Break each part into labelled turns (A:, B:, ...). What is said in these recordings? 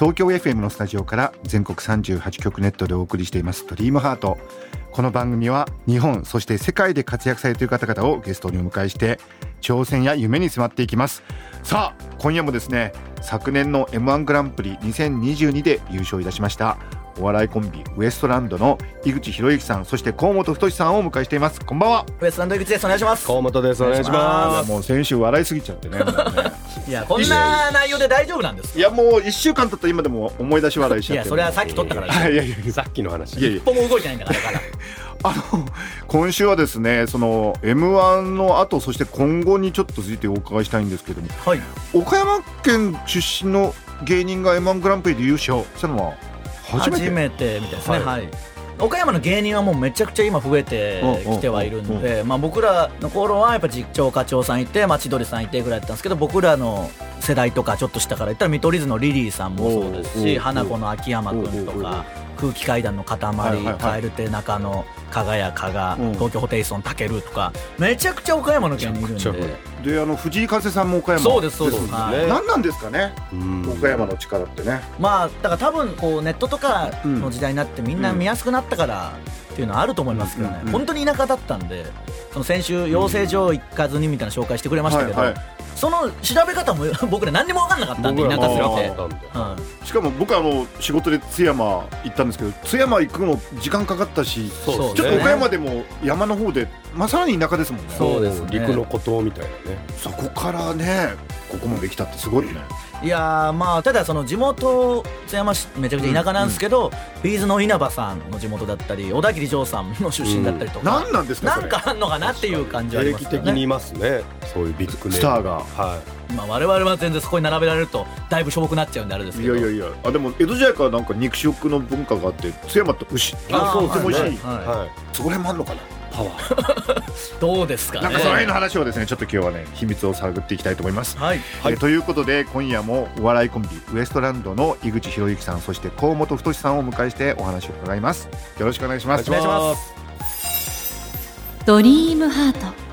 A: 東京 FM のスタジオから全国38局ネットでお送りしています「ドリームハートこの番組は日本そして世界で活躍されている方々をゲストにお迎えして挑戦や夢に迫っていきますさあ今夜もですね昨年の m 1グランプリ2022で優勝いたしましたお笑いコンビウエストランドの井口博之さんそして河本太さんをお迎えしていますこんばんは
B: ウエストランド井口ですお願いします
C: 河本ですお願いしま
A: もう先週笑いすぎちゃってねもうね
B: いやこんな内容で大丈夫なんですか
A: いやもう1週間経った今でも思い出し笑いしち
B: い
A: ゃっ
B: や
A: て
B: それはさっき撮ったからです
A: はいいやいやいや
C: すさっきの話
A: いやいや
B: 一歩も動いてないんだからだから
A: あの 今週はですねその m 1の後そして今後にちょっとついてお伺いしたいんですけども
B: はい
A: 岡山県出身の芸人が m 1グランプリで優勝したのは初めて
B: みたいですね
C: はい
B: はい岡山の芸人はもうめちゃくちゃ今増えてきてはいるので、まあ、僕らの頃はやっぱ実長課長さんいて、まあ、千鳥さんいてぐらいだったんですけど僕らの世代とかちょっと下から言ったら見取り図のリリーさんもそうです
A: おうおうお
B: し
A: う
B: 花子の秋山君と
A: おうおうおう
B: か空気階段の塊
A: はいはい
B: 蛙亭中野加賀谷加賀
A: うん
B: 東京ホテイソンたけるとかめちゃくちゃ岡山の芸人いるん
C: め
B: で
C: ちゃくちゃ多い
A: であの藤井風さんも岡山
B: そうですそうです
C: ですね
B: はい
A: 何なんですかね
C: うん
A: 岡山の力ってね
B: まあだから多分こうネットとかの時代になってみんな見やすくなったからっていうのはあると思いますけどね、
A: うんうんうん
B: 本当に田舎だったんでその先週養成所行かずにみたいな紹介してくれましたけど、
A: はいは
B: その調べ方も 僕ら何にも分かんなかったんで
C: 僕
B: 田
C: ら
B: 舎
C: も
B: すぎ
C: あ
B: て
C: ー。なんだ
B: うん
A: しかも僕あの仕事で津山行ったんですけど津山行くの時間かかったし
C: そうですね
A: ちょっと岡
B: ね
A: 山でも山の方でまあさらに田舎ですもんね
B: そうですね
C: 陸の孤島みたいなね
A: そこからねここまで来たってすごいね
B: いやーまあただその地元津山市めちゃくちゃ田舎なんですけど、ビーズの稲葉さんの地元だったり小田切丈さんの出身だったりとか、
A: 何なんですか
B: な
A: そ
B: ん
A: れ
B: かあんのかなっていう感じはあ
C: 定
B: りま
C: 期
B: す
C: 的
B: よ
C: に
B: ね
C: いますねそういうビッグネーム
A: スターが
C: は
B: まあ我々は全然そこに並べられるとだいぶしょぼくなっちゃうんであれです
A: い
B: けど
A: やいやいやあでも江戸時代からなんか肉食の文化があって津山って牛
C: あそう
A: とても美味しい、
C: い
B: は
C: はい
A: そこら辺もあるのかな
C: パワー
B: い、どうですかね
A: なんかその辺の話をですねちょっと今日はね秘密を探っていきたいと思います、
B: はい
C: はい
A: えーということで今夜もお笑いコンビウエストランドの井口博之さんそして河本太さんをお迎えしてお話を伺いますよろしくお願いします
C: お願いします
D: ドリームハート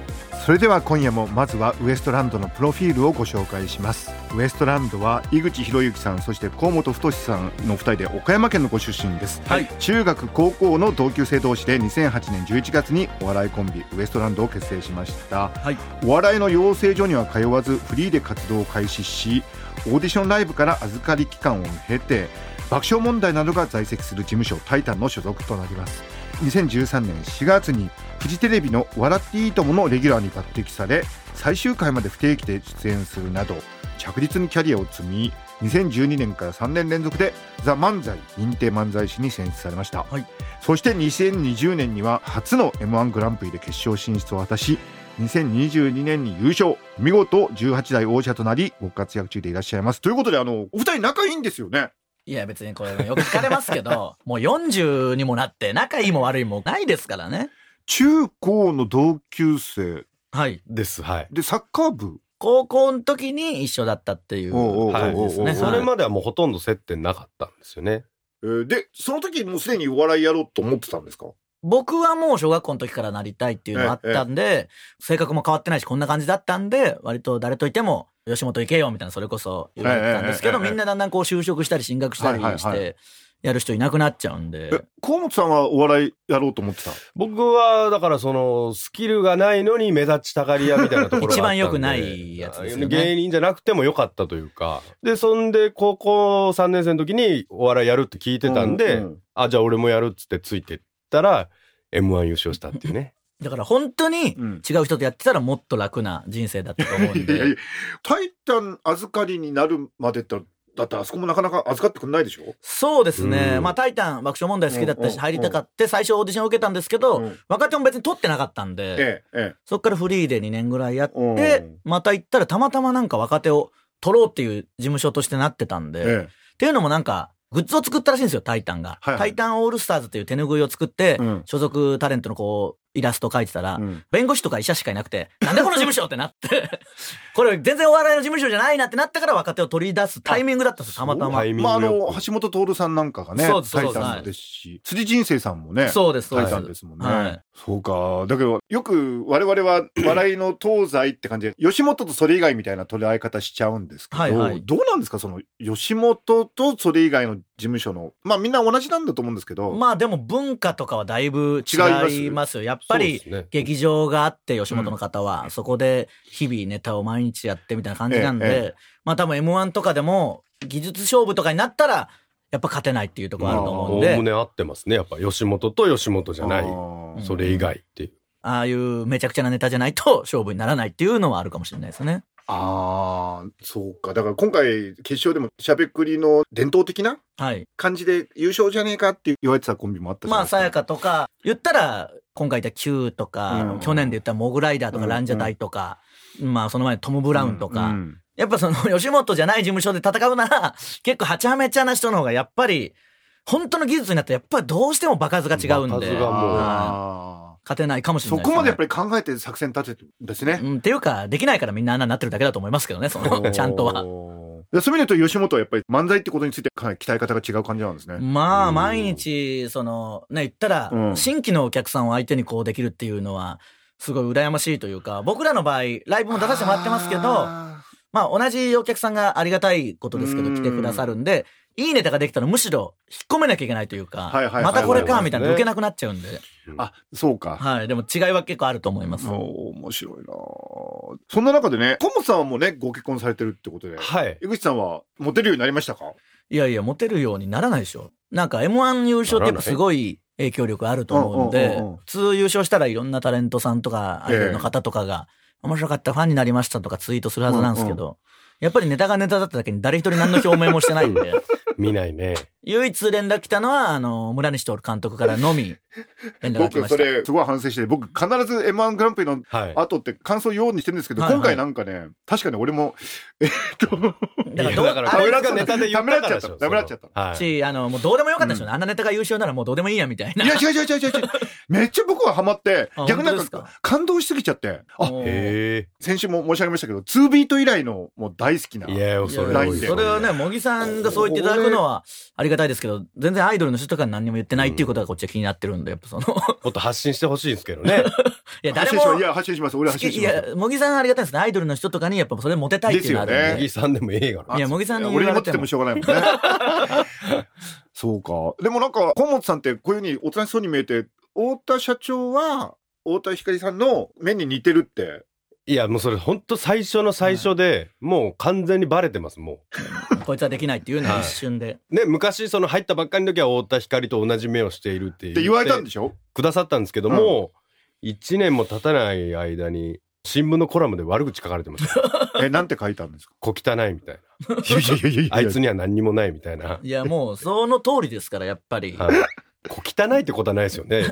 A: それでは今夜もまずはウエストランドのプロフィールをご紹介しますウエストランドは井口博之さんそして河本太さんの2人で岡山県のご出身です、
B: はい
A: 中学高校の同級生同士で2008年11月にお笑いコンビウエストランドを結成しました、
B: はい
A: お笑いの養成所には通わずフリーで活動を開始しオーディションライブから預かり期間を経て爆笑問題などが在籍する事務所タイタンの所属となります2013年4月にフジテレビの「笑っていいとも!」のレギュラーに抜擢され最終回まで不定期で出演するなど着実にキャリアを積み2012年から3年連続で「ザ・漫才認定漫才師に選出されました、
B: はい
A: そして2020年には初の m 1グランプリで決勝進出を果たし2022年に優勝見事18代王者となりご活躍中でいらっしゃいますということであのお二人仲いいんですよね
B: いや別にこれよく聞かれますけどもう40にもなって仲いいも悪いもないですからね
A: 中高の同級生
B: はい
C: ですはい
A: でサッカー部
B: 高校の時に一緒だったっていう
A: おうおうおうおう
B: 感じですね
A: はい
C: それまではもうほとんど接点なかったんですよね
A: えーでその時もうすでにお笑いやろうと思ってたんですか
B: 僕はもう小学校の時からなりたいっていうのがあったんで、性格も変わってないしこんな感じだったんで割と誰といても吉本行けよみたいなそれこそ言われてたんですけど、
A: ええええええ
B: みんなだんだんこう就職したり進学したりして、
A: はいはいは
B: やる人いなくなっちゃうんで
A: え河本さんはお笑いやろうと思ってた
C: 僕はだからそのスキルがないのに目立ちたがり屋みたいなところがあったんで
B: 一番良くないやつですよね
C: 芸人じゃなくても良かったというかでそんで高校3年生の時にお笑いやるって聞いてたんで、
A: うう
C: あじゃあ俺もやるっつってついてったら m 1優勝したっていうね
B: だから本当に
A: うん
B: 違う人とやってたらもっと楽な人生だったと思うん
A: い やいやい
B: で
A: や。タイタン預かりになるまでってだってあそこもなかなか預かってくんないでしょ
B: そうですね。
C: うん
B: まあ、タイタン爆笑問題好きだった
A: うん
B: し、入りたかって、最初オーディション受けたんですけ
A: う
B: ど、
A: ん
B: 若手も別に取ってなかったんで、
A: えええ
B: そっからフリーで2年ぐらいやっ
A: うん
B: て、また行ったらたまたまなんか若手を取ろうっていう事務所としてなってたん
A: え
B: で、っ
A: ええ
B: っていうのもなんか、グッズを作ったらしいんですよ、タイタンが。
A: はいはい
B: タイタンオールスターズっていう手拭いを作って、
A: うん
B: 所属タレントのこう、イラスト描いてたら、
A: うん
B: 弁護士とか医者しかいなくて、なんでこの事務所ってなって、 これ全然お笑いの事務所じゃないなってなったから若手を取り出すタイミングだったんですよ、たまたま。
C: タイミング
A: まあ、あ
C: よ
A: の
C: く、
A: 橋本徹さんなんかがね、
B: そうです
A: タイ
B: そう
A: タン
B: です
A: ですし、釣り人生さんもね、
B: そうです、そ
A: タ
B: うで
A: イ
B: す。
A: タンですもんね。
B: はい
A: そうか。だけど、よく我々は笑いの東西って感じで、吉本とそれ以外みたいな捉え方しちゃうんですけど、
B: はいはい
A: どうなんですかその、吉本とそれ以外の事務所の、まあみんな同じなんだと思うんですけど、
B: まあでも文化とかはだいぶ違
A: 違い
B: い
A: ま
B: ますよ。やっぱり
C: そうですね
B: 劇場があって、吉本の方は、そこで日々ネタを毎日やってみたいな感じなんで、
A: ええ
B: まあ多分 M1 とかでも技術勝負とかになったら、やっぱ勝てないっていうところあると思うん
C: おお
B: で、
C: むね合ってますね。やっぱ吉本と吉本じゃない
A: あ。ー
C: それ以外っていう。
B: ああいうめちゃくちゃなネタじゃないと勝負にならないっていうのはあるかもしれないですね。
A: あー、そうか。だから今回、決勝でもしゃべくりの伝統的な
B: はい。
A: 感じで優勝じゃねえかって言われてたコンビもあったじゃ
B: ま
A: ない
B: あ、
A: ですか。
B: さやかとか、言ったら、今回言った Q とか、
A: うん
B: 去年で言ったモグライダーと
A: う
B: か、
A: ん
B: ランジャタイとか、まあ、その前にトム・ブ
A: ブ
B: ラウンとか、やっぱその 吉本じゃない事務所で戦うなら、結構はちゃめちゃな人の方がやっぱり、本当の技術になってやっぱりどうしても場数が違うんで、
C: 場数がもう
B: はい勝てないかもしれ
A: そ
B: ないで
A: こ
B: すね、
A: までやっぱり考えて作戦立ててるんですね。
B: うん、っていうか、できないからみんなあんなになってるだけだと思いますけどね、その、ちゃんと は。
A: おー。そういう意味で言うと吉本はやっぱり漫才ってことについてかなり鍛え方が違う感じなんですね。
B: ま
C: う
B: あ、
C: ん
B: 毎日、その、ね、言った
A: う
B: ら、
A: ん
B: 新規のお客さんを相手にこうできるっていうのは、すごい羨ましいというか、僕らの場合、ライブも出させてもらってますけど、
A: あ
B: まあ同じお客さんがありがたいことですけ
A: う
B: ど
A: ん
B: 来てくださるんで、いいネタができたらむしろ引っ込めなきゃいけないというか、
A: はいはいはい
B: またこれ
C: そうです
B: か
C: ね
B: みたいなの受けなくなっちゃうんで、
A: ーあ、そうか。
B: はい、でも違いは結構あると思います。
A: おー面白いなーそんな中でね、コモさんはもうね、ご結婚されてるってことで、
C: はい。
A: 江口さんはモテるようになりましたか
B: いやいや、モテるようにならないでしょ。なんか M1 優勝ってやっぱすごい影響力あると思うん
A: なら
B: で
A: ないうんうんうんうん、
B: 普通優勝したらいろんなタレントさんとかアイドルの方とかが、面白かった、ファンになりましたとかツイートするはずなんですけど、やっぱりネタがネタだっただけに誰一人何の表明もしてないんで、
C: 見ないね。
B: 唯一連絡来たのは、あの、村西徹監督からのみ連絡が来
A: 僕
B: まし
A: そ。
B: た
A: れすごい反省して、僕必ず M1 グランプリの
C: はい。
A: 後って感想用にしてるんですけど、
B: はいはい
A: 今回なんかね、確かに俺も、えっと、
B: だから
C: い
B: ど
C: や
B: う
C: だから、
B: あ
C: カメ
B: れ
C: ラがネタで言ったからでしょ
A: ダメになっちゃった
C: そのはい。
B: し、あの、もうどうでもよかったでしょうね。あんなネタが優勝ならもうどうでもいいや、みたい
A: い
B: な。
A: や違う違う違う違う違う。めっちゃ僕はハマって
B: あ、
A: 逆になん
B: 本当です
A: か
B: か
A: 感動しすぎちゃって、あ、
B: もう
C: へ
A: 先週も申し上げましたけど、2ビート以来のもう大好きな。
C: え。いや、恐れ
A: な
C: 多
A: い
C: い
A: ん
C: で
A: です
B: それはね、茂木さんがそう言っていただくのはありがたいですけど、全然アイドルの人とかに何にも言ってないっていうことがこっちは気になってるんで、やっぱその、
C: もっと発信してほしいんですけ どね。
B: いや、
A: 発
B: 誰
A: 信します。
B: も
A: い、や、発信します。俺は
B: 好
A: 発
B: き
A: 信し
B: い
A: ま
B: や
A: す。、
B: 茂木さんありがたいですね。アイドルの人とかにやっぱそれモテたいっていうのはあるん
A: ですよ
B: で。
C: 茂木さんでもええが
A: あ
C: な。
B: いや、茂木さんに言
A: 俺に
B: わ
A: 持
B: れ
A: って
B: て
A: て
B: も
A: も。しょうがないもんね。 そうか。でもなんか、河本さんってこういうふうにおとなしそうに見えて、太田社長は、太田光さんの目に似てるって。
C: いや、もうそれ、本当最初の最初で、もう完全にバレてます、も
B: こいつはできないっていうのは
C: はい
B: 一瞬で。
C: う。ね、昔、その入ったばっかりの時は、太田光と同じ目をしているって
A: って言われたん
C: し
A: でし ょ
C: くださったんですけども、一年も経たない間に、新聞のコラムで悪口書かれてましたよ。
A: え、なんて書いたんですか
C: 小汚いみたいな。
A: いやいやいやいや
C: あいつには何にもないみたいな。
B: いや、もうその通りですから、やっぱり。
C: はい小汚いってことはないです よね。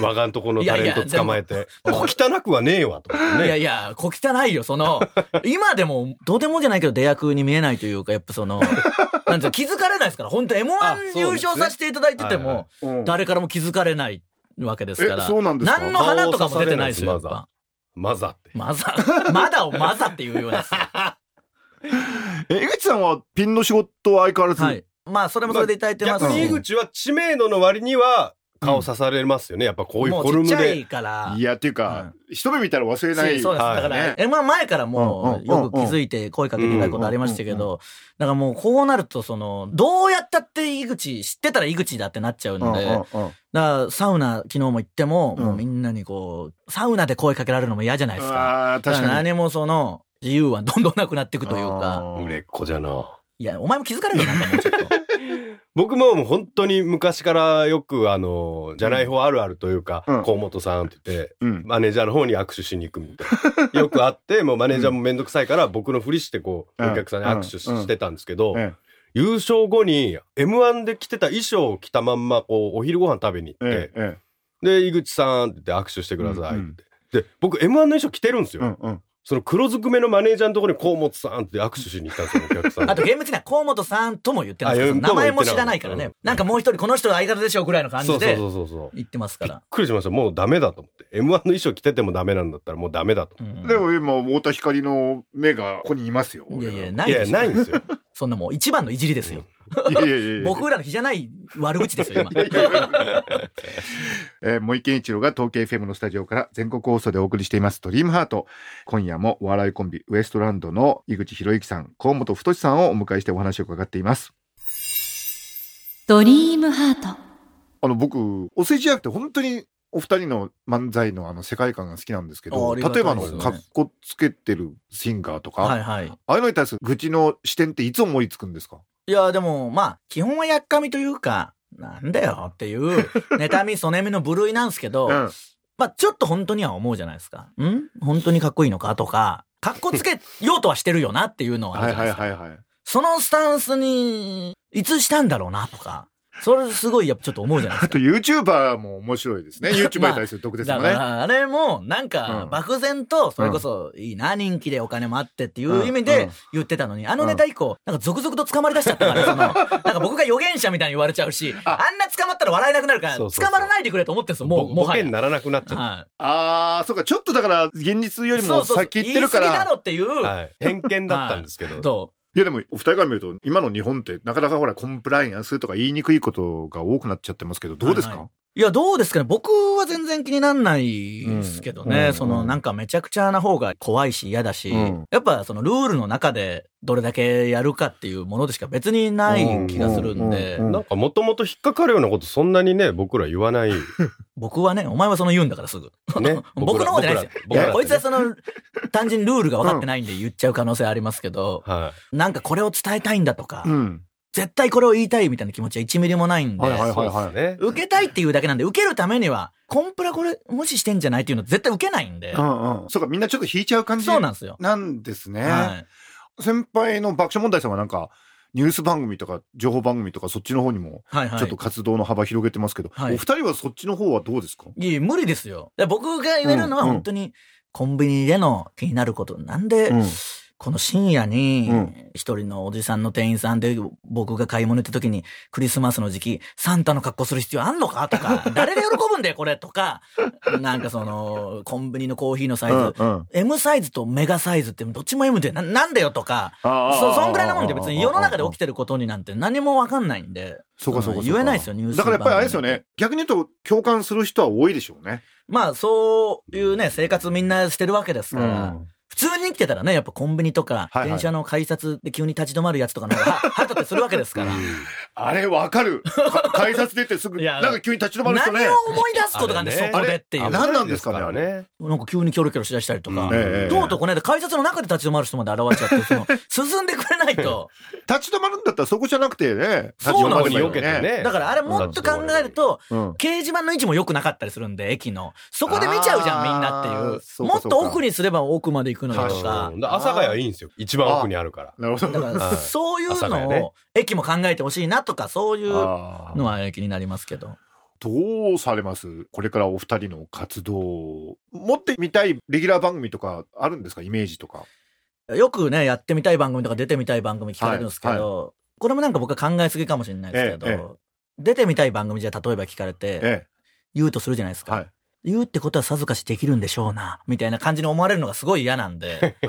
C: 我がんとこのタレント捕まえて。小汚くはねえわ、と思って
B: いや
C: ね。
B: いや、小汚いよ、その、今でも、どうでもじゃないけど、出役に見えないというか、やっぱその、なんていうの気づかれないですから、本当 M1
C: あそうですね
B: 優勝させていただいてて
C: はいはい
B: も、
A: うん
B: 誰からも気づかれないわけですから。
A: えそうなんですか
B: 何の花とかも出てないですよ、やっぱ。
C: マザーって。
B: マザー、まだをマザーっていうような。
A: え江口さんはピンの仕事は相変わらず。
B: はい。まあ、それもそれでいただいてます
C: 逆に井口は知名度の割には顔刺されますよね。やっぱこういうフ
B: も
C: ォ
B: うち
C: ル
B: っ
C: ム
B: ちゃ
C: で
B: い。から
A: い。や、っていうか、一目見たら忘れ
B: そ
A: な
B: うで
A: い。
B: す。だ
C: はい
B: から、
A: ね
B: M1 前から
A: うんうんうん
B: も
A: うん
B: うよく気づいて声かけていただくことありましたけ
A: うんうん
B: ど、だからもうこうなると、その、どうやったって井口、知ってたら井口だってなっちゃうん
A: うんうん
B: で、だか
A: うん
B: らサウナ昨日も行っても、
A: うん
B: もうみんなにこう、サウナで声かけられるのも嫌じゃないですか。
A: ああ、
B: だ
A: 確
B: か
A: か
B: ら
A: に。
B: 何もその、自由はどんどんなくなっていくというか、
A: あー
C: 売れっ子じゃな。
B: いや、お前も気づかれるよ、なんかもうちょっと。
C: 僕ももう本当に昔からよくあの、じゃない方あるあるというか、
A: うん
C: 河本さんって言って、
A: うん。
C: マネージャーの方に握手しに行くみたいな。 よくあって、もうマネージャーもめんどくさいから僕のふりしてこう、
A: うん
C: お客さんに握手し
A: うん
C: してたんですけど、
A: ええ
C: 優勝後に M1 で着てた衣装を着たまんまこうお昼ご飯食べに行っ
A: え、
C: て
A: ええ
C: で、井口さんって言って握手してくださいって。
A: うん
C: で、僕 M1 の衣装着てるんです
A: え
C: よ。
A: うんうん
C: その黒ずくめのマネージャーのところに河本さんって握手しに行ったんですよ、お客さん。
B: あと厳密には河本さんとも言ってない
C: あ呼んでも
B: 名前も知らないから
C: う
B: ね
C: ん。
B: なんかもう一人この人相方でしょぐらいの感じ
C: そうそう
B: で
C: そうそうそう。びっ
B: 言ってますから。
C: くりしました。もうダメだと思って。M1 の衣装着ててもダメなんだったらもうダメだと。
B: うん
A: でも今太田光の目がここにいますよ。
B: いやいや、
A: い
B: ない
C: い
B: で
C: や、
B: す
C: ない
B: よ。
C: んですよ。
B: そんなもう一番のいじりですよ。
A: や いやいや。
B: 僕らの日じゃない悪口ですよ、今。
A: えー、森健一郎が東京 FM のスタジオから全国放送でお送りしています「ドリームハート今夜もお笑いコンビウエストランドの井口博之さん河本太さんをお迎えしてお話を伺っています
D: ドリームハート
A: あの僕お世辞じゃなくて本当にお二人の漫才のあの世界観が好きなんですけ
B: あ
A: ど
B: ありが
A: 例
B: た
A: え
B: いで
A: ばあ
B: すね
A: の格好つけてるシンガーとか、
B: はいはい。
A: ああいうのに対する愚痴の視点っていつ思いつくんですか
B: いや、でも、まあ、基本はやっかみというか、なんだよっていう、 妬み、そねみの部類なんですけど、
A: うん
B: まあ、ちょっと本当には思うじゃないですか。ん本当にかっこいいのかとか、かっこつけようとはしてるよなっていうのはあ
A: は
B: る
A: い
B: じゃな
A: はいい
B: ですか。
A: はいはい
B: そのスタンスに、いつしたんだろうなとか、それすごいやっぱちょっと思うじゃないで
A: あ
B: す
A: と
B: か。
A: YouTuber も面白いです ね YouTuber に対する毒ですも
B: だ
A: んね、
B: から、あれも、なん
A: う
B: か
A: ん、
B: 漠然と、それこそ、いいな、人気でお金もあってってい
A: うん
B: う意味
A: う
B: で
A: ん
B: 言ってたのに、あのネタ以降、なんか続々と捕まり出しちゃっ たから、その、なんか僕が予言者みたいに言われちゃうし、あんな捕まったら笑えなくなるから、
C: そう
B: 捕
C: そうそう
B: まらないでくれと思ってるんですよ、も
C: も
B: う、
C: う、
B: も
C: ボ
B: は
C: ケ
B: や
C: に。ならなくなっちゃっ
B: は
A: ああそうかちょっとだから現実よ
B: い
A: りも先行ってるから
B: 言い過ぎだろっていう、
C: た。はい。偏見だったんですけど。
B: と、
A: いやでもお二人から見ると今の日本ってなかなかほらコンプライアンスとか言いにくいことが多くなっちゃってますけどどうですか、
B: はいはいや、どうですかね僕は全然気になんないですけどね。
A: うんうん
B: その、なんかめちゃくちゃな方が怖いし嫌だし、
A: うん
B: やっぱそのルールの中でどれだけやるかっていうものでしか別にない気がするんで、
A: うんうんうんうん
C: なんかもともと引っかかるようなことそんなにね、僕ら言わない。ね。
B: 僕はね、お前はその言うんだからすぐ。 僕の方じゃないですよ。
C: 僕ら
B: こいつは
C: 僕
B: その、単純にルールが分かってないんで言っちゃう可能性ありますけど、
C: らはい。
B: なんかこれを伝えたいんだとか、
A: うん
B: 絶対これを言いたいみたいな気持ちは1ミリもないんで、
A: はいはいはい
C: そうですね。
B: 受けたいっていうだけなんで、受けるためには、コンプラこれ無視してんじゃないっていうの絶対受けないんで、
A: うんうんそうかみんなちょっと引いちゃう感じ
B: そうなんですよ。
A: なんですね、
B: はい。
A: 先輩の爆笑問題さんはなんかニュース番組とか情報番組とかそっちの方にも
B: はいはい。
A: ちょっと活動の幅広げてますけど、
B: はい
A: お二人はそっちの方はどうですか、
B: いや、無理ですよ。で僕が言えるのは
A: うん
B: 本当に、コンビニでの気になること。なんで、この深夜に
A: うん、
B: 一人のおじさんの店員さんで、僕が買い物行った時に、クリスマスの時期、サンタの格好する必要あんのか とか、誰が喜ぶんだよ、これとか、なんかその、コンビニのコーヒーのサイズ、
A: うんうん、
B: M サイズとメガサイズってどっちも M でななんだよとか、そそんぐらいのもんで別に世の中で起き
A: き
B: てることになんて何もわかんないんで、
A: そうかそうかそうか
B: 言えないですよ、ニュース
A: だからやっぱりあれですよ
B: 番組
A: ね逆に言うと共感する人は多いでしょうね、
B: まあそういうね、生活みんなしてるわけですから、普通に生きてたらね、やっぱコンビニとか、
A: はいはい
B: 電車の改札で急に立ち止まるやつとかなんか、は 腹立ってするわけで すから。
A: あれわかるか 改札出てすぐ
B: いや
A: なんか急に立ち止まる
B: 何
A: 人ね
B: を思い出すことがね、
C: あ
B: そ
C: れね
B: こでってい
A: あれ
B: う。な
A: 何なんですかねあれ
C: ね。
B: んか急にキョロキョロしだしたりとか
C: うん。
A: ええ
B: とうとうこの間改札の中で立ち止まる人まで現れちゃって、その、 進んでくれないと。
A: 立ち止まるんだったらそこじゃなくてね。立ち
B: そ
A: 止
B: うな
A: ま
B: ん
A: る
B: で
C: 方
B: す
C: に
B: よ
C: 避けてね。
B: だからあれもっと考えると、
A: うん。
B: 掲示板の位置も良くなかったりするんで、駅の。そこで見ちゃうじゃん、みんなって
A: あー
B: い。
A: そううか
B: も
A: そうか
B: っと奥にすれば奥まで行くのにと
C: 確か
B: か
C: に。。だから阿佐ヶ谷はいいんですよ。一番奥にあるから。
A: なるほ
B: だ
A: ど。
B: から、
C: はい
B: そういう
C: 阿佐ヶ谷
B: の
C: ね
B: を、駅も考えてほしいなとか、そういうの
A: あー
B: は気になりますけど。
A: どうされますこれからお二人の活動持ってみたいレギュラー番組とかあるんですかイメージとか。
B: よくね、やってみたい番組とか出てみたい番組聞かれるんですけど、これもなんか僕は考えすぎかもしれないですけど、
A: えええ
B: 出てみたい番組じゃ例えば聞かれて、
A: え
B: 言うとするじゃないです
A: え。
B: か。
A: はい。
B: 言うってことはさぞかしできるんでしょうな、みたいな感じに思われるのがすごい嫌なん で、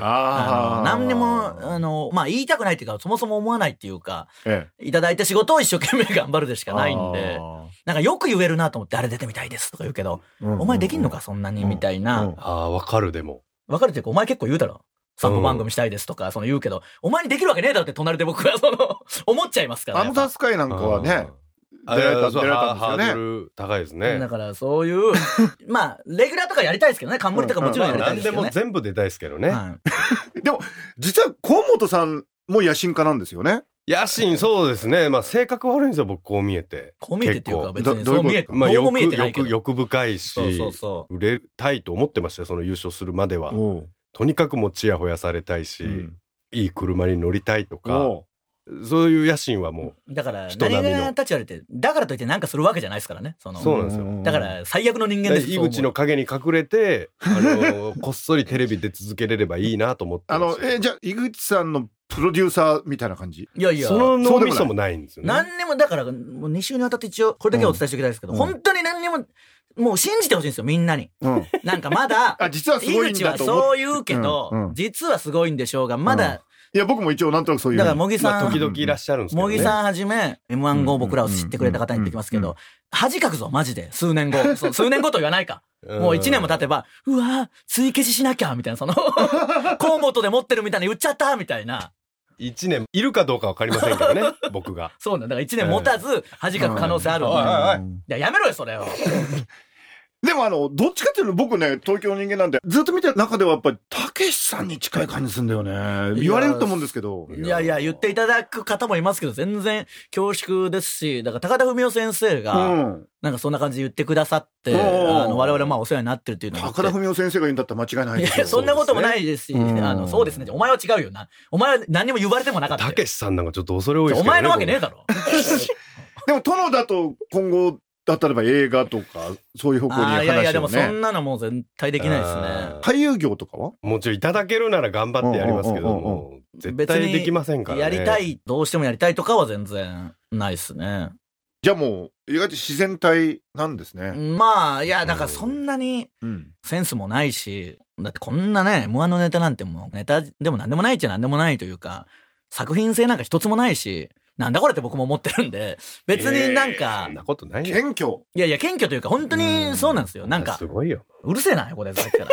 A: あ
B: あの
A: ー
B: 何にも、あ、の、まあ言いたくないっていうか、そもそも思わないっていうか、
A: え
B: いただいた仕事を一生懸命頑張るでし
A: え
B: かないんで、なんかよく言えるなと思って、あれ出てみたいですとか言うけど、お前できんのか、そんなに、みたいな。
A: うん
C: ああ、わかるでも。
B: わかるっていうか、お前結構言うだろ。散歩番組したいですとか、その言うけど、お前にできるわけねえだろって隣で僕はそ の、思っちゃいますから、
A: あのダスカイなんかはね、
C: あー。
A: 出られた
C: あーそう
A: 出られたんですよね
C: ハードル高いですね。
B: だからそういう、 まあ、レギュラーとかやりたいですけどね、冠とかもちろんやりたい
C: 何
B: です
C: で
B: けど
C: も
B: ね。
C: 全部出たいですけどね。
B: はい
A: 実は河本さんも野心家なんですよね。
C: 野心、そうですね。まあ、性格悪いんですよ、僕、こう見えて。
B: こう見えてっていうか、
A: 結
B: 別
A: 構
B: に
A: ど
B: そ
A: ど
B: う
A: う
B: 見
A: い
B: え
A: う
B: て、
A: こ
C: まあ、
B: どうも
C: 欲、
B: 見えてないけ
C: 欲、
B: ど。
C: 欲深いし。
B: そうそうそう。
C: 売れたいと思ってましたよ、その優勝するまでは。
A: おう
C: とにかくもう、ちやほやされたいし、
A: うん
C: いい車に乗りたいとか、
A: お
C: そういう野心はも
B: だから
C: 人並
B: 何
C: みの
B: が立ち悪いってだからといってなんかするわけじゃないですからねその
C: そうなんですよ
B: だから最悪の人
C: う
B: 間です
C: 井口の陰に隠れてあのこっそりテレビで続けれればいいなと思って
A: あ
C: ます
A: のえじゃあ井口さんのプロデューサーみたいな感じ
B: いやいや
C: その
A: そう
C: 脳
A: でもない
C: みそもないんですよね
B: 何にもだからもう2週にわたって一応これだけはお伝えしておきたいですけど、
A: うん
B: 本当に何にももう信じてほしいんですよみんなに
A: うん
B: なんかまだ
A: あ実はす
B: 井
A: ごいん
B: 口
A: だ
B: は
A: と思っ
B: そう言うけど、
A: うんうん
B: 実はすごいんでしょうがまだ、
A: いや僕も一応なんとなくそういう
B: だから茂木さん
C: 時々いらっしゃるんですけど
B: 茂
C: ね
B: 木さんはじめ m 1後僕らを知ってくれた方に言ってきますけ
A: うん
B: ど恥かくぞマジで数年 後そう数年後と言わないか
C: ん
B: もう1年も経てばうわー追消ししなきゃみた いなその河本で持ってるみたいな言っちゃったみたいな
C: 一年いるかどうかわかりませんけどね僕が
B: そうなんだから1年持たず恥かく可能性ある
C: うん
B: お前
C: おいおいおい
A: うん
B: いややめろよそれを
A: でもあのどっちかっていうと僕ね東京の人間なんでずっと見てる中ではやっぱりたけしさんに近い感じするんだよね言われると思うんですけど
B: いやいや、言っていただく方もいますけど、全然恐縮ですし、だから高田文夫先生
A: う
B: が、
A: ん
B: なんかそんな感じで言ってくださって、
A: おうおうおう
B: あの、我々まあお世話になってるっていうのを言って
A: 高田文夫先生が言うんだったら間違いないで
B: いや
A: す
B: いや、
A: よ
B: そんなこともないですし、
A: うん
B: あの、そうですね。お前は違うよな。お前は何にも言われてもなかったよ。
C: たけしさんなんかちょっと恐れ多いです
B: お
C: けど
B: 前
C: ね
B: のわけねえだろ。
A: でも殿だと今後だったらば映画とかそういう方向に
B: あ
A: 話
B: あ、いやいや、で
A: を
B: もそ
A: ね
B: んなのもう絶対できないです
C: あ
B: ね。
A: 俳優業とかは
C: もちろんいただけるなら頑張ってやりますけど
A: うんうん
C: も絶対できませんからね
B: やりたい、どうしてもやりたいとかは全然ないですね。
A: じゃあもう意外と自然体なんですね、
B: まあ、いや、だからそんなに、
A: うん
B: センスもないし、だってこんなね、M1 のネタなんてもうネタでも何でもないっちゃ何でもないというか、作品性なんか一つもないし、なんだこれって僕も思ってるんで、別になんか、
C: そんなことないよ
A: 謙虚
B: いやいや謙虚というか本当にそうなんですよ。なんか
C: す、ごいよ
B: うるせえな、これさっき か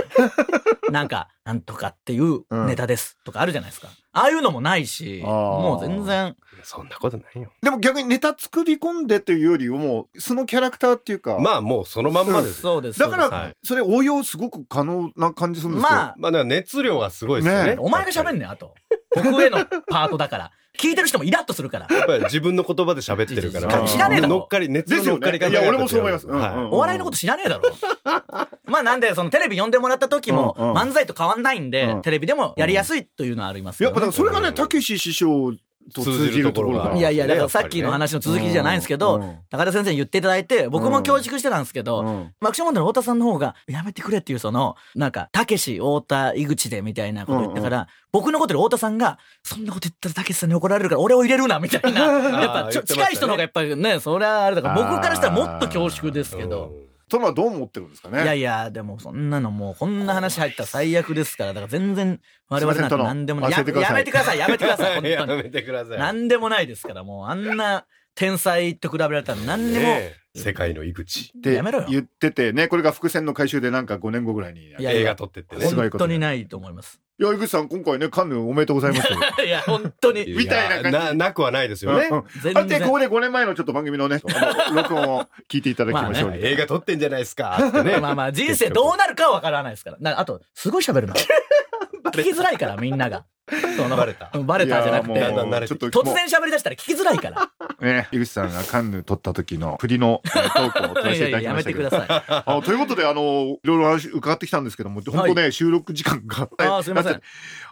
B: ら。なんか、なんとかっていうネタですとかあるじゃないですか。ああいうのもないし、
A: あー
B: もう全然、
C: そんなことないよ
A: でも逆にネタ作り込んでというよりもうそのキャラクターっていうか、
C: まあもうそのまんまですよ
B: そうです。
A: だか
B: そう
C: は
A: ら
C: い
A: それ応用すごく可能な感じするん
B: です
A: ですよ、
B: まあ、
C: まあだから熱量がすごいですよ
A: ねえ
C: ね
B: お前が喋んねん、あと。僕へのパートだから。聞いてる人もイラッとするから。
C: やっぱり自分の言葉で喋ってるか
A: う
C: ら
A: ん知らねえ
B: だろ
C: 乗っかり熱の乗っかり方
A: ですよねいや俺もそう思いますうんうん
C: は
B: お笑いのこと知らね えだろ。まあなんで、そのテレビ呼んでもらった時も
A: うんうん
B: 漫才と変わんないんで、
A: うん
B: テレビでもやりやすいというのはあります
A: やっ
B: よね
A: ぱだからそれがねたけし師匠と通じるところが
C: ぱ
B: いやいや、だか
C: や
B: ら
C: っ
B: さ
C: ぱりね
B: っきの話の続きじゃないんですけど、
A: うん
B: 高田先生に言っていただいて、僕も恐縮してたんですけど、
A: うん
B: マクションモンドの太田さんの方が、やめてくれっていうその、なんか、たけし、太田、井口でみたいなこと言ったから、僕のことより太田さんが、そんなこと言ったらたけしさんに怒られるから俺を入れるな、みたいな。や っぱちょ、
C: 言ってましたね
B: 近い人の方がやっぱりね、それはあれだから、僕からしたらもっと恐縮です
C: い
B: けど。
C: うん
A: 殿はどう思ってるんですかね
B: いやいや、でもそんなのもう、こんな話入ったら最悪ですから、だから全然、我々なんて何でもない。
A: すい
B: や
A: ません殿
B: やめてください、やめてくだ さい、
C: や
B: 本当に。
C: めてください
B: 何でもないですから、もう、あんな天才と比べられたら何でも、
C: ねえ世界の井口
A: って
B: やめろよ
A: 言っててねこれが伏線の回収でなんか5年後ぐらいにいや
B: いや
C: 映画撮ってってね
A: すごい
B: 本
A: こと
B: 当
A: ね
B: にないと思います。
A: 井口さん今回ねカンヌおめでとうございましたよ
B: いや、本当
C: い
B: に、
C: や
A: みたいな感じ
C: ななくはな いですよね
A: うんうん
B: 全
A: あれでこ
B: 然。
A: こで5年前のちょっと番組のねあの録音を聞いていただきましょう、
B: ま
C: 映画撮ってんじゃないですかってね
B: まあまあ、人生どうなるかは分からないですから。なあと、すごい喋るな。聞きづらいから、みんなが。その
C: バレた
B: バレたじゃなく
A: いや
C: だ
A: ー
C: ん
B: て。
C: だん慣れて
A: ちょっと
B: 突然喋り出したら聞きづらいから。
A: ね、井口さんがカンヌ撮った時の振りのえートークを取ら
B: い
A: せ
B: や
A: ていた
B: いや
A: だき
B: や
A: ま
B: め
A: した
B: て
A: け
B: く
A: ど
B: だ。さい。
A: あということで、あの、いろいろ話伺ってきたんですけども、本当ね、収録時間が。
B: あーすいません。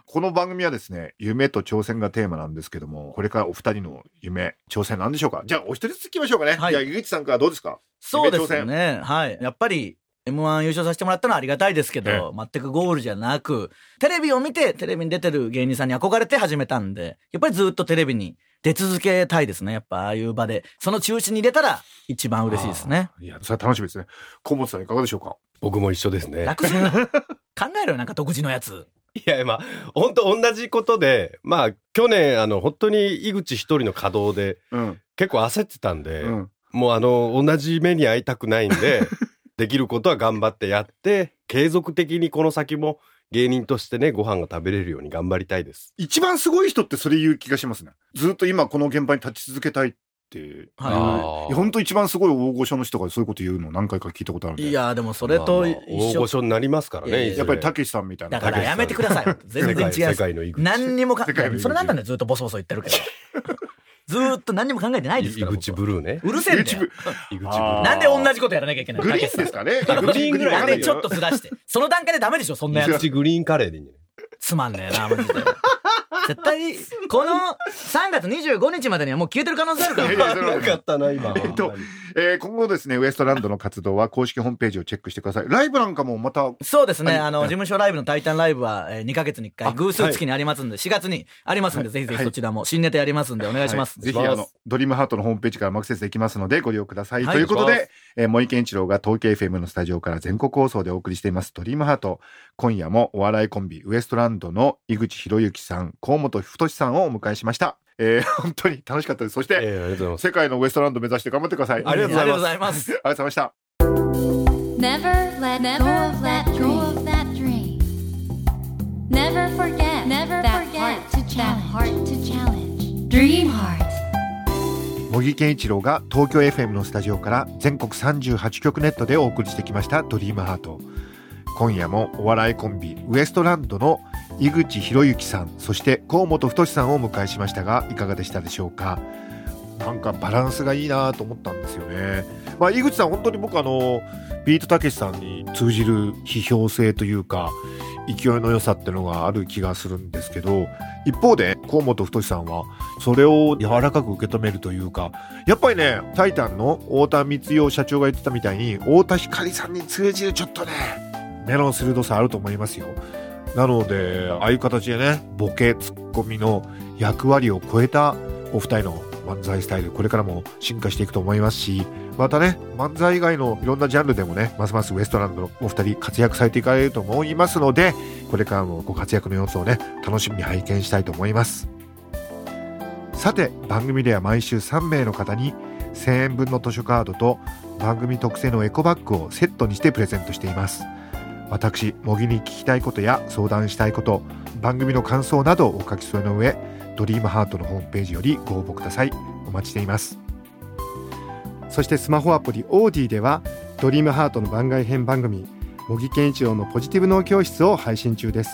A: この番組はですね、夢と挑戦がテーマなんですけども、これからお二人の夢、挑戦なんでしょうかじゃあ、お一人ずつ聞きましょうかね。
B: はい
A: じゃあ、井口さんからどうですか
B: そうですね。はい。やっぱり、M1 優勝させてもらったのはありがたいですけど、全くゴールじゃなく、テレビを見て、テレビに出てる芸人さんに憧れて始めたんで、やっぱりずっとテレビに出続けたいですね。やっぱああいう場で。その中心に出たら、一番嬉しいですね。
A: いや、それは楽しみですね。小本さん、いかがでしょうか
C: 僕も一緒ですね
B: 楽するな考えろよ、なんか独自のやつ。
C: いやまあ本当同じことでまあ去年あの本当に井口一人の稼働で
A: うん。
C: 結構焦ってたんで、
A: うん。
C: もうあの同じ目に遭いたくないんで できることは頑張ってやって継続的にこの先も芸人としてねご飯が食べれるように頑張りたいです。
A: 一番すごい人ってそれ言う気がしますね。ずっと今、この現場に立ち続けたいっていう。
B: はい
C: あー
A: いや本当一番すごい大御所の人がそういうこと言うのを何回か聞いたことあるんで。
B: いやー、でもそれと
C: まあ
B: 一
C: まあ大
B: 緒
C: 御。所になりますから
B: いやいや
C: ね。いずれ
A: やっぱりたけしさんみたいな。
B: だからやめてください。全
C: 世
B: 然違
C: 界
B: う
C: 世。界の井口
B: 何にもか
A: 世界の、
B: それなんだね、ずっとボソボソ言って るけど。ずーっと何にも考えてないです
C: 井
B: から。
C: 口
B: 僕は
C: ブルーね。
B: うるせえんだよ
A: YouTube
C: 井口ブル
A: あ
C: ー。
B: なんで同じことやらなきゃいけない
A: グ
B: の
A: リーンですかね。
C: グリーンぐらい
B: な
C: わ
B: ん
C: かんな
B: で
C: い
B: ちょっとずらして。その段階でダメでしょ、そんな
C: 井
B: やつ。
C: 口グリーンカレーでいいんじゃない
B: つまんねえな、マジで。絶対、この3月25日までにはもう消えてる可能性あるか ら
A: い。やそれは
C: なかったな、今。
A: えっとえー今後ですね、ウエストランドの活動は公式ホームページをチェックしてください。ライブなんかもまた、
B: そうですね。
A: はい
B: あの、事務所ライブのタイタンライブは、えー2ヶ月に1
A: あ
B: 回、偶数月にありますんで、4月にありますんで、ぜひぜ
A: は
B: ひ
A: い
B: そちらも新ネタやりますんで、お願いします。
A: はいぜひ、
C: お願
A: あ
C: いしま
A: の
C: す、
A: ドリームハートのホームページからもアクセスできますので、ご利用ください。
B: はい
A: ということ
C: お願い
A: で、えー、森健一郎が東京 FM のスタジオから全国放送でお送りしています、ドリームハート。今夜もお笑いコンビ、ウエストランドの井口博之さん、河本太さんをお迎えしました。えー本当に楽しかったです。そし
C: えー
A: て、
C: ありがとうございます。
A: 世界のウエストランド目指して頑張ってください。
C: ありがとうございます
B: ます。
A: ありがとうございました。
D: Never let go of that dream. Never forget, that, Heart to challenge. Dream heart.
A: 茂木健一郎が東京 FM のスタジオから全国38局ネットでお送りしてきました「ドリームハート今夜もお笑いコンビウエストランドの井口博之さんそして河本太さんをお迎えしましたがいかがでしたでしょうかなんかバランスがいいなと思ったんですよね、まあ、井口さん本当に僕あのビートたけしさんに通じる批評性というか勢いの良さってのがある気がするんですけど一方で河本太さんはそれを柔らかく受け止めるというかやっぱりね「タイタン」の太田光代社長が言ってたみたいに太田光さんに通じるちょっとね目の鋭さあると思いますよなのでああいう形でねボケツッコミの役割を超えたお二人の漫才スタイルこれからも進化していくと思いますしまたね漫才以外のいろんなジャンルでもねますますウエストランドのお二人活躍されていかれると思いますのでこれからもご活躍の様子をね楽しみに拝見したいと思いますさて番組では毎週3名の方に1000円分の図書カードと番組特製のエコバッグをセットにしてプレゼントしています私茂木に聞きたいことや相談したいこと番組の感想などをお書き添えの上ドリームハートのホームページよりご応募くださいお待ちしていますそしてスマホアプリオーディではドリームハートの番外編番組茂木健一郎のポジティブ脳教室を配信中です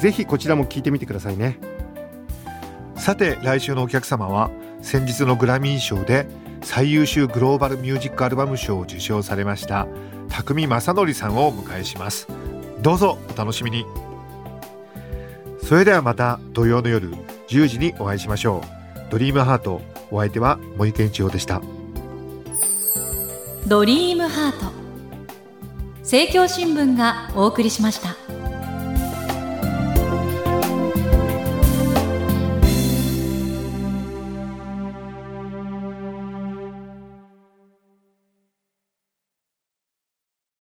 A: ぜひこちらも聞いてみてくださいねさて来週のお客様は先日のグラミー賞で最優秀グローバルミュージックアルバム賞を受賞されました匠正則さんをお迎えしますどうぞお楽しみにそれではまた土曜の夜10時にお会いしましょうドリームハートお相手は森健一郎でした
D: ドリームハート。政教新聞がお送りしました。